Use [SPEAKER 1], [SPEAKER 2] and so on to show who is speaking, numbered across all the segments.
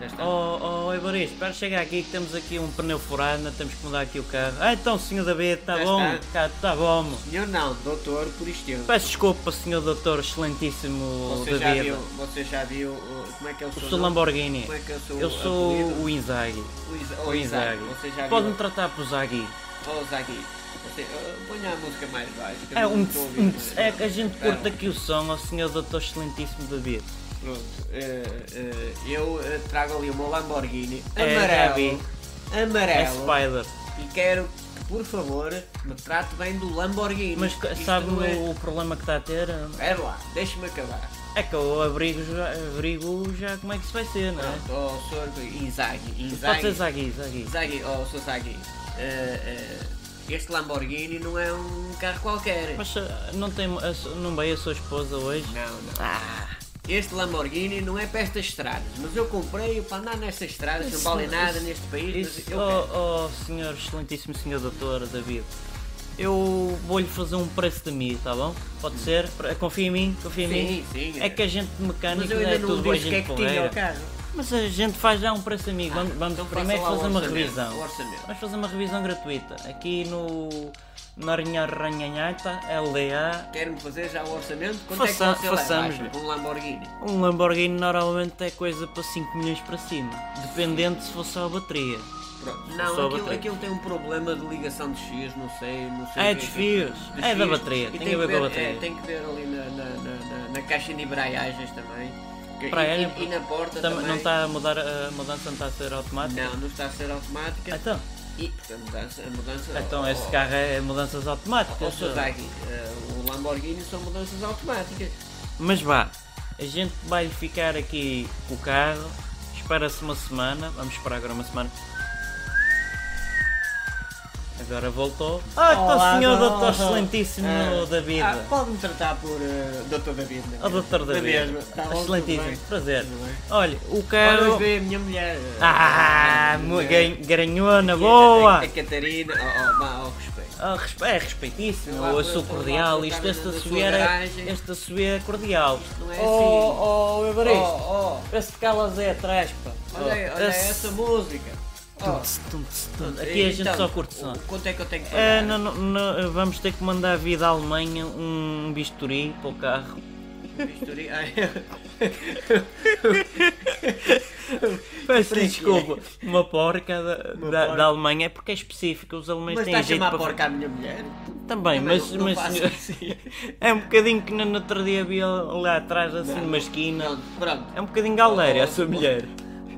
[SPEAKER 1] Já está.
[SPEAKER 2] Ah. Oh, oh Evaristo, espera chegar aqui que temos aqui um pneu furado, ainda temos que mudar aqui o carro. Ah, então, senhor David, está
[SPEAKER 1] Já
[SPEAKER 2] bom?
[SPEAKER 1] está.
[SPEAKER 2] Está tá bom.
[SPEAKER 1] Senhor não, doutor Puristeu.
[SPEAKER 2] Peço desculpa, senhor doutor, excelentíssimo
[SPEAKER 1] Você já
[SPEAKER 2] David.
[SPEAKER 1] viu, você já viu uh, como é que é o
[SPEAKER 2] Eu
[SPEAKER 1] seu
[SPEAKER 2] sou
[SPEAKER 1] nome?
[SPEAKER 2] Lamborghini.
[SPEAKER 1] Como é que é o seu
[SPEAKER 2] Eu sou
[SPEAKER 1] apelido?
[SPEAKER 2] o Inzaghi.
[SPEAKER 1] O Isa-
[SPEAKER 2] O
[SPEAKER 1] o Isaac.
[SPEAKER 2] Inzaghi.
[SPEAKER 1] Você já
[SPEAKER 2] Pode-me
[SPEAKER 1] viu?
[SPEAKER 2] tratar por Zaghi.
[SPEAKER 1] Ó, Zagui, você, uh, ponha a música mais baixa. que eu
[SPEAKER 2] É
[SPEAKER 1] não
[SPEAKER 2] um
[SPEAKER 1] estou a ouvir
[SPEAKER 2] um-
[SPEAKER 1] mais.
[SPEAKER 2] É que a gente
[SPEAKER 1] Espera.
[SPEAKER 2] curta aqui o som ao senhor doutor excelentíssimo David.
[SPEAKER 1] Pronto, eh, eh, eu eh, trago ali o meu Lamborghini
[SPEAKER 2] É,
[SPEAKER 1] amarelo,
[SPEAKER 2] É
[SPEAKER 1] amarelo,
[SPEAKER 2] Spider.
[SPEAKER 1] e quero que, por favor, me trate bem do Lamborghini.
[SPEAKER 2] Mas
[SPEAKER 1] Isto
[SPEAKER 2] sabe
[SPEAKER 1] não é-
[SPEAKER 2] o, o problema que está a ter?
[SPEAKER 1] Espera lá, deixa-me acabar.
[SPEAKER 2] É que o abrigo já, abrigo já como é que isso vai ser, não é?
[SPEAKER 1] Pronto, ó, senhor Inzaghi,
[SPEAKER 2] Pode ser
[SPEAKER 1] Inzaghi,
[SPEAKER 2] Zaghi, Zaghi.
[SPEAKER 1] Zaghi, ó, senhor Zaghi, eh, eh, este Lamborghini não é um carro qualquer.
[SPEAKER 2] Mas ah, não, tem, a su- não veio a sua esposa hoje?
[SPEAKER 1] Não, não. Este Lamborghini não é para estas estradas, mas eu comprei-o para andar nestas estradas,
[SPEAKER 2] Isso-
[SPEAKER 1] não vale nada
[SPEAKER 2] isso-
[SPEAKER 1] neste país, mas
[SPEAKER 2] Isso,
[SPEAKER 1] eu quero.
[SPEAKER 2] oh, oh, senhor, excelentíssimo senhor doutor David, eu vou-lhe fazer um preço de mim, tá bom? Pode ser? Pra- Confia em mim, confia em
[SPEAKER 1] Sim,
[SPEAKER 2] mim.
[SPEAKER 1] sim.
[SPEAKER 2] É que a gente de
[SPEAKER 1] Mas
[SPEAKER 2] mecânica
[SPEAKER 1] eu
[SPEAKER 2] não
[SPEAKER 1] ainda
[SPEAKER 2] é
[SPEAKER 1] não
[SPEAKER 2] tudo boa
[SPEAKER 1] disse o que é
[SPEAKER 2] gente
[SPEAKER 1] que tinha ao
[SPEAKER 2] porreira.
[SPEAKER 1] carro.
[SPEAKER 2] Mas a gente faz já um preço amigo, vamos, vamos
[SPEAKER 1] então faça
[SPEAKER 2] primeiro
[SPEAKER 1] lá o
[SPEAKER 2] fazer uma
[SPEAKER 1] orçamento,
[SPEAKER 2] revisão.
[SPEAKER 1] o orçamento.
[SPEAKER 2] Vamos fazer uma revisão gratuita, aqui no Norinha Ranhanhata, LDA.
[SPEAKER 1] Quero-me fazer já o orçamento. Quanto é
[SPEAKER 2] Faça-
[SPEAKER 1] que você leva
[SPEAKER 2] façamos-lhe.
[SPEAKER 1] acha, por um Lamborghini?
[SPEAKER 2] Um Lamborghini normalmente é coisa para 5 milhões para cima, dependendo se for só a bateria.
[SPEAKER 1] Pronto.
[SPEAKER 2] Só a
[SPEAKER 1] Não, aquilo,
[SPEAKER 2] bateria.
[SPEAKER 1] aquilo tem um problema de ligação de fios, não sei, não sei.
[SPEAKER 2] Ah, é
[SPEAKER 1] o que
[SPEAKER 2] dos fios.
[SPEAKER 1] Dos
[SPEAKER 2] É da
[SPEAKER 1] fios.
[SPEAKER 2] bateria,
[SPEAKER 1] E
[SPEAKER 2] tem a ver com a bateria.
[SPEAKER 1] É, tem que ver ali na, na, na- na- na caixa de embreagens também. Que-
[SPEAKER 2] Para
[SPEAKER 1] e,
[SPEAKER 2] ela, é
[SPEAKER 1] e, e na porta
[SPEAKER 2] Tam-
[SPEAKER 1] também.
[SPEAKER 2] Não tá- está a mudar, a mudança não está a ser automática?
[SPEAKER 1] Não, não está a ser automática.
[SPEAKER 2] Então,
[SPEAKER 1] E porque a mudança. A mudança
[SPEAKER 2] então
[SPEAKER 1] oh,
[SPEAKER 2] esse
[SPEAKER 1] oh,
[SPEAKER 2] carro é mudanças
[SPEAKER 1] oh,
[SPEAKER 2] automáticas.
[SPEAKER 1] Sr. Zaghi, eh, o Lamborghini são mudanças automáticas.
[SPEAKER 2] Mas vá, a gente vai ficar aqui com o carro, espera-se uma semana, vamos esperar agora uma semana. Agora voltou. Ah, então
[SPEAKER 1] Olá,
[SPEAKER 2] senhor
[SPEAKER 1] do-
[SPEAKER 2] doutor excelentíssimo
[SPEAKER 1] Ah,
[SPEAKER 2] David.
[SPEAKER 1] ah, Pode-me tratar por eh, Dr. David.
[SPEAKER 2] Ó, doutor David.
[SPEAKER 1] mesmo. Tá bom, tudo bem.
[SPEAKER 2] excelentíssimo, prazer.
[SPEAKER 1] Tudo bem.
[SPEAKER 2] Olha, o
[SPEAKER 1] Olha,
[SPEAKER 2] carro...
[SPEAKER 1] hoje veio a minha mulher. eh,
[SPEAKER 2] Ah,
[SPEAKER 1] a minha
[SPEAKER 2] mo-
[SPEAKER 1] mulher.
[SPEAKER 2] gran- garanhona,
[SPEAKER 1] E a-
[SPEAKER 2] boa!
[SPEAKER 1] A, a Catarina, ó, ó, vá, ó, respeito.
[SPEAKER 2] Ah, respe- é respeitíssimo,
[SPEAKER 1] Olá,
[SPEAKER 2] eu sou
[SPEAKER 1] doutor,
[SPEAKER 2] cordial,
[SPEAKER 1] olá,
[SPEAKER 2] isto
[SPEAKER 1] doutor,
[SPEAKER 2] esta
[SPEAKER 1] na sua
[SPEAKER 2] sueira,
[SPEAKER 1] garagem.
[SPEAKER 2] esta sueira é cordial.
[SPEAKER 1] Não é assim.
[SPEAKER 2] Oh, oh, Evaristo,
[SPEAKER 1] Ó, ó,
[SPEAKER 2] esse calas é atrás, pá.
[SPEAKER 1] olha, aí, olha
[SPEAKER 2] Esse-
[SPEAKER 1] essa música. Ó,
[SPEAKER 2] Tum-ts, tum-ts, tum. Aqui a gente
[SPEAKER 1] então,
[SPEAKER 2] só curte som.
[SPEAKER 1] o- Quanto é que eu tenho que pagar?
[SPEAKER 2] É, não- não- não, vamos ter que mandar vir da Alemanha um bisturi para o carro.
[SPEAKER 1] Bisturi? Ah,
[SPEAKER 2] Peço
[SPEAKER 1] Para quê?
[SPEAKER 2] desculpa, uma porca da,
[SPEAKER 1] Uma
[SPEAKER 2] da-
[SPEAKER 1] porca.
[SPEAKER 2] da Alemanha, é porque é específica, os alemães
[SPEAKER 1] Mas
[SPEAKER 2] têm
[SPEAKER 1] está a
[SPEAKER 2] jeito
[SPEAKER 1] chamar
[SPEAKER 2] para
[SPEAKER 1] porca à minha mulher? Também
[SPEAKER 2] Também, mas,
[SPEAKER 1] não- não
[SPEAKER 2] mas
[SPEAKER 1] faço
[SPEAKER 2] senhor,
[SPEAKER 1] assim.
[SPEAKER 2] é um bocadinho que no no outro dia havia lá atrás, assim numa esquina.
[SPEAKER 1] Pronto, pronto.
[SPEAKER 2] É um bocadinho galera,
[SPEAKER 1] Oh,
[SPEAKER 2] a sua
[SPEAKER 1] oh.
[SPEAKER 2] mulher.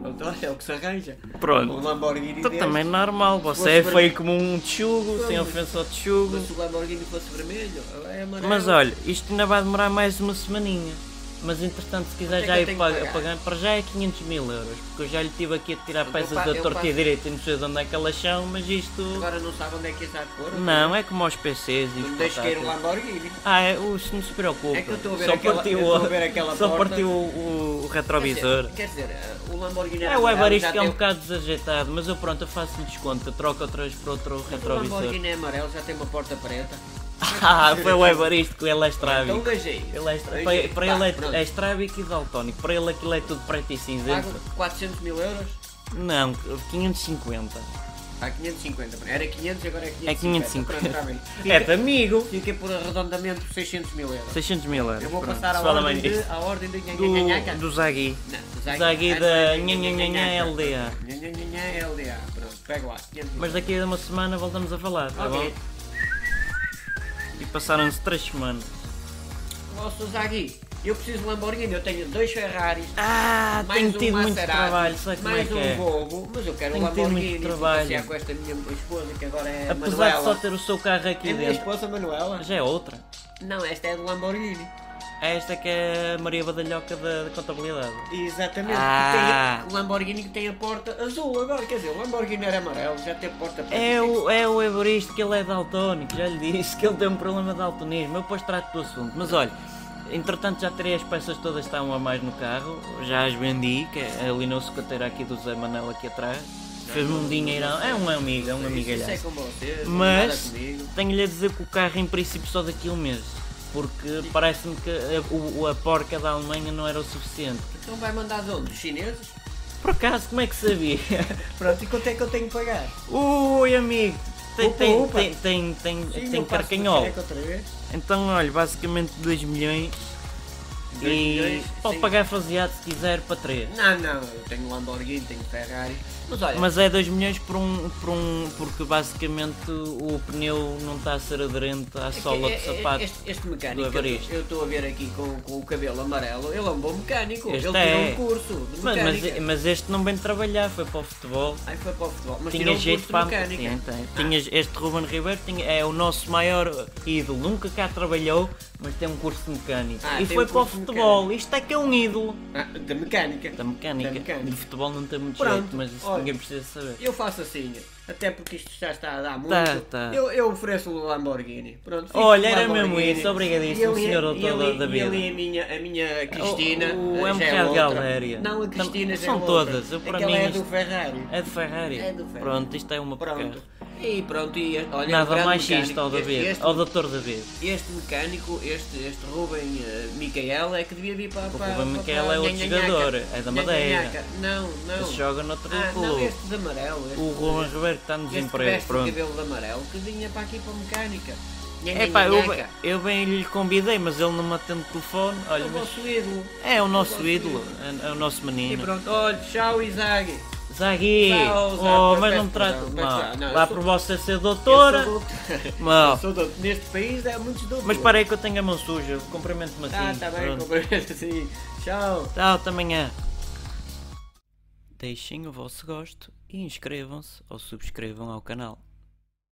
[SPEAKER 1] Pronto, olha, é o que se arranja.
[SPEAKER 2] Pronto.
[SPEAKER 1] Um Lamborghini
[SPEAKER 2] Então
[SPEAKER 1] deste.
[SPEAKER 2] também é normal,
[SPEAKER 1] fosse
[SPEAKER 2] você é
[SPEAKER 1] para-
[SPEAKER 2] feio como um tchugo, sem
[SPEAKER 1] Vamos.
[SPEAKER 2] ofensa ao tchugo.
[SPEAKER 1] Mas se o Lamborghini fosse vermelho, é amarelo.
[SPEAKER 2] Mas olha, isto ainda vai demorar mais uma semaninha. Mas entretanto, se quiser
[SPEAKER 1] Quanto é
[SPEAKER 2] já
[SPEAKER 1] que eu
[SPEAKER 2] ir
[SPEAKER 1] tenho
[SPEAKER 2] pa-
[SPEAKER 1] que pagar? Então
[SPEAKER 2] pagando, para já é 500 mil euros, porque eu já lhe estive aqui a tirar
[SPEAKER 1] Eu
[SPEAKER 2] peças
[SPEAKER 1] pa-
[SPEAKER 2] da
[SPEAKER 1] eu
[SPEAKER 2] torta e
[SPEAKER 1] pago.
[SPEAKER 2] direita, não sei de onde é que elas são, mas isto.
[SPEAKER 1] Agora não sabe onde é que está a cor.
[SPEAKER 2] Não, é como aos PCs e
[SPEAKER 1] Não
[SPEAKER 2] os
[SPEAKER 1] me deixes cair o
[SPEAKER 2] portáteis.
[SPEAKER 1] Lamborghini.
[SPEAKER 2] Ah, é, o- isso não se preocupa.
[SPEAKER 1] É que eu estou a ver
[SPEAKER 2] só
[SPEAKER 1] aquela-
[SPEAKER 2] partiu,
[SPEAKER 1] eu estou
[SPEAKER 2] o-
[SPEAKER 1] a ver aquela
[SPEAKER 2] só
[SPEAKER 1] porta.
[SPEAKER 2] partiu o, o
[SPEAKER 1] Quer
[SPEAKER 2] retrovisor.
[SPEAKER 1] dizer, quer dizer, eh, o Lamborghini
[SPEAKER 2] É, o
[SPEAKER 1] amarelo
[SPEAKER 2] Evaristo
[SPEAKER 1] já
[SPEAKER 2] que é um
[SPEAKER 1] tem-
[SPEAKER 2] bocado desajeitado, mas eu pronto, eu faço-lhe desconto, eu troco outra vez para outro
[SPEAKER 1] O
[SPEAKER 2] retrovisor.
[SPEAKER 1] Lamborghini é amarelo, já tem uma porta preta.
[SPEAKER 2] Ah, foi o Evaristo que ele é
[SPEAKER 1] Então
[SPEAKER 2] estrábico.
[SPEAKER 1] gajei.
[SPEAKER 2] Ele é estra- para, para ele é, é estrábico e daltónico, para ele aquilo é tudo preto e cinzento.
[SPEAKER 1] Pago 400 mil euros.
[SPEAKER 2] Não, 550.
[SPEAKER 1] Há 550. Era 500 agora é 550.
[SPEAKER 2] É 550.
[SPEAKER 1] Pronto, está bem.
[SPEAKER 2] É de amigo.
[SPEAKER 1] Fica por arredondamento 600 mil euros.
[SPEAKER 2] 600 mil euros.
[SPEAKER 1] Eu vou
[SPEAKER 2] pronto,
[SPEAKER 1] passar à
[SPEAKER 2] se fala
[SPEAKER 1] ordem,
[SPEAKER 2] bem
[SPEAKER 1] de,
[SPEAKER 2] disto.
[SPEAKER 1] à ordem de nhanhanhanhanha.
[SPEAKER 2] Do, do Zagui.
[SPEAKER 1] Não,
[SPEAKER 2] Zagui
[SPEAKER 1] ah,
[SPEAKER 2] da
[SPEAKER 1] não,
[SPEAKER 2] nhanhanhanha LDA.
[SPEAKER 1] Nhanhanhanha LDA. Pronto, pega lá. 500 mil.
[SPEAKER 2] Mas daqui a uma semana voltamos a falar, tá
[SPEAKER 1] Ok.
[SPEAKER 2] bom? E passaram-se 3 semanas.
[SPEAKER 1] Ó, Sr. Zagui, eu preciso de Lamborghini, eu tenho dois Ferraris.
[SPEAKER 2] Ah,
[SPEAKER 1] mais
[SPEAKER 2] tenho tido
[SPEAKER 1] um
[SPEAKER 2] muito
[SPEAKER 1] Maserati,
[SPEAKER 2] trabalho, sei como é
[SPEAKER 1] mais
[SPEAKER 2] que
[SPEAKER 1] um
[SPEAKER 2] é.
[SPEAKER 1] Volvo, mas eu quero um
[SPEAKER 2] Tenho tido
[SPEAKER 1] Lamborghini.
[SPEAKER 2] muito
[SPEAKER 1] vou
[SPEAKER 2] trabalho.
[SPEAKER 1] passear com esta minha esposa que agora é
[SPEAKER 2] Apesar de
[SPEAKER 1] Manuela.
[SPEAKER 2] só ter o seu carro aqui
[SPEAKER 1] É minha
[SPEAKER 2] dentro,
[SPEAKER 1] esposa Manuela?
[SPEAKER 2] já é outra.
[SPEAKER 1] Não, esta é do Lamborghini.
[SPEAKER 2] É esta que é a Maria Badalhoca da, da contabilidade.
[SPEAKER 1] Exatamente.
[SPEAKER 2] Ah.
[SPEAKER 1] que tem- o Lamborghini que tem a porta azul agora, quer dizer, o Lamborghini era amarelo, já tem a porta preta.
[SPEAKER 2] É o, é o Evaristo que ele é daltónico, já lhe disse que ele tem um problema de daltonismo, eu depois trato do assunto. Mas olha, entretanto já terei as peças todas que estavam a mais no carro, já as vendi, que é ali na sucateira aqui do Zé Manel aqui atrás, fez-me um dinheirão, é um amigo, é um
[SPEAKER 1] Isso é
[SPEAKER 2] amigalhaço.
[SPEAKER 1] com vocês, não é nada
[SPEAKER 2] Mas
[SPEAKER 1] comigo.
[SPEAKER 2] tenho-lhe a dizer que o carro em princípio só daqui a um mês, porque parece-me que a, o- a porca da Alemanha não era o suficiente.
[SPEAKER 1] Então vai mandar de onde? Dos chineses?
[SPEAKER 2] Por acaso, como é que sabia?
[SPEAKER 3] Pronto, e quanto é que eu tenho que pagar?
[SPEAKER 2] Ui, amigo, tem,
[SPEAKER 3] Opa,
[SPEAKER 2] tem,
[SPEAKER 3] opa.
[SPEAKER 2] tem, tem, tem,
[SPEAKER 3] Sim,
[SPEAKER 2] tem
[SPEAKER 3] eu passo
[SPEAKER 2] carcanhol.
[SPEAKER 3] do cheque outra vez.
[SPEAKER 1] é
[SPEAKER 2] Então, olha, basicamente 2 milhões.
[SPEAKER 1] Dois
[SPEAKER 2] e
[SPEAKER 1] milhões,
[SPEAKER 2] pode
[SPEAKER 1] sim.
[SPEAKER 2] pagar faseado se quiser para 3.
[SPEAKER 1] Não, não, eu tenho um Lamborghini, tenho Ferrari. Mas olha,
[SPEAKER 2] Mas é 2 milhões por um, por um. Porque basicamente o pneu não está a ser aderente à
[SPEAKER 1] é que
[SPEAKER 2] sola
[SPEAKER 1] é-
[SPEAKER 2] do
[SPEAKER 1] é-
[SPEAKER 2] sapato.
[SPEAKER 1] Este, este mecânico,
[SPEAKER 2] do
[SPEAKER 1] eu tô-
[SPEAKER 2] Evaristo.
[SPEAKER 1] eu estou a ver aqui com, com o cabelo amarelo, ele é um bom mecânico.
[SPEAKER 2] Este
[SPEAKER 1] ele tirou
[SPEAKER 2] é.
[SPEAKER 1] um curso de
[SPEAKER 2] Mas,
[SPEAKER 1] mecânica.
[SPEAKER 2] mas, mas este não vem trabalhar, foi para o futebol.
[SPEAKER 1] Aí foi para o futebol, mas tirou
[SPEAKER 2] tinha
[SPEAKER 1] um
[SPEAKER 2] jeito
[SPEAKER 1] curso
[SPEAKER 2] para.
[SPEAKER 1] de mecânica.
[SPEAKER 2] Sim, então. tem. Tinhas- este Ruben Ribeiro tinha- é o nosso maior ídolo. Nunca cá trabalhou, mas tem um curso de mecânica.
[SPEAKER 1] Ah,
[SPEAKER 2] e
[SPEAKER 1] tem
[SPEAKER 2] foi
[SPEAKER 1] um
[SPEAKER 2] para o
[SPEAKER 1] curso de
[SPEAKER 2] futebol. Isto é que é um ídolo.
[SPEAKER 1] Ah, da mecânica.
[SPEAKER 2] Da mecânica.
[SPEAKER 1] Da mecânica.
[SPEAKER 2] De futebol não tem muito
[SPEAKER 1] Pronto,
[SPEAKER 2] jeito, mas isso
[SPEAKER 1] olha.
[SPEAKER 2] ninguém precisa saber.
[SPEAKER 1] Eu faço assim, até porque isto já está a dar muito.
[SPEAKER 2] Tá, tá.
[SPEAKER 1] Eu, eu ofereço o Lamborghini. Pronto, fico
[SPEAKER 2] Olha,
[SPEAKER 1] com o
[SPEAKER 2] era mesmo
[SPEAKER 1] Lamborghini.
[SPEAKER 2] isso, obrigadíssimo,
[SPEAKER 1] E ali-
[SPEAKER 2] senhor
[SPEAKER 1] e
[SPEAKER 2] doutor
[SPEAKER 1] ali-
[SPEAKER 2] da
[SPEAKER 1] E
[SPEAKER 2] vida.
[SPEAKER 1] ali a minha, a minha Cristina.
[SPEAKER 2] o- o
[SPEAKER 1] eh, já é
[SPEAKER 2] Empresário de
[SPEAKER 1] outra.
[SPEAKER 2] Galéria.
[SPEAKER 1] Não, a
[SPEAKER 2] Tam-
[SPEAKER 1] Cristina já
[SPEAKER 2] são
[SPEAKER 1] é outra.
[SPEAKER 2] todas, eu, para
[SPEAKER 1] Aquela
[SPEAKER 2] mim,
[SPEAKER 1] é
[SPEAKER 2] isto-
[SPEAKER 1] do Ferrari.
[SPEAKER 2] É de Ferrari.
[SPEAKER 1] É do Ferrari.
[SPEAKER 2] Pronto, isto é uma
[SPEAKER 1] Pronto.
[SPEAKER 2] porcaria.
[SPEAKER 1] E pronto, e este- olha, um
[SPEAKER 2] Nada
[SPEAKER 1] grande
[SPEAKER 2] machista
[SPEAKER 1] mecânico.
[SPEAKER 2] ao David,
[SPEAKER 1] Este,
[SPEAKER 2] ao Dr. David.
[SPEAKER 1] este mecânico, este, este Rubem eh, Micael é que devia vir para.
[SPEAKER 2] O
[SPEAKER 1] para-
[SPEAKER 2] Rubem
[SPEAKER 1] para-
[SPEAKER 2] Micael
[SPEAKER 1] para
[SPEAKER 2] é outro
[SPEAKER 1] Nhanhanhaca.
[SPEAKER 2] jogador, é da Madeira.
[SPEAKER 1] Nhanhanhaca. Não, não.
[SPEAKER 2] Esse joga noutro
[SPEAKER 1] Ah, não,
[SPEAKER 2] clube.
[SPEAKER 1] este de amarelo. Este
[SPEAKER 2] O Ruben Ribeiro que está no
[SPEAKER 1] Este
[SPEAKER 2] desemprego,
[SPEAKER 1] veste de
[SPEAKER 2] pronto.
[SPEAKER 1] cabelo de amarelo que vinha para aqui para a mecânica.
[SPEAKER 2] É pá, eu, eu bem lhe convidei, mas ele não me atende o telefone.
[SPEAKER 1] É
[SPEAKER 2] Olha,
[SPEAKER 1] o
[SPEAKER 2] mas
[SPEAKER 1] vosso ídolo.
[SPEAKER 2] é o nosso
[SPEAKER 1] vosso
[SPEAKER 2] ídolo, é, é o nosso
[SPEAKER 1] E
[SPEAKER 2] menino.
[SPEAKER 1] pronto, olha, tchau Isaac.
[SPEAKER 2] Zagui,
[SPEAKER 1] Tchau, Zé,
[SPEAKER 2] oh, mas
[SPEAKER 1] peço
[SPEAKER 2] não me trate
[SPEAKER 1] perdão, peço
[SPEAKER 2] mal.
[SPEAKER 1] perdão. Não, eu
[SPEAKER 2] Lá
[SPEAKER 1] sou-
[SPEAKER 2] por você ser
[SPEAKER 1] Eu
[SPEAKER 2] doutora.
[SPEAKER 1] sou doutor.
[SPEAKER 2] Mal.
[SPEAKER 1] Eu sou doutor. Neste país é há muitos doutores.
[SPEAKER 2] Mas parei que eu tenho a mão suja, cumprimento-me
[SPEAKER 1] Tá,
[SPEAKER 2] assim.
[SPEAKER 1] tá bem,
[SPEAKER 2] pronto.
[SPEAKER 1] compreendo assim. Tchau.
[SPEAKER 2] Tchau, até amanhã. Deixem o vosso gosto e inscrevam-se ou subscrevam ao canal.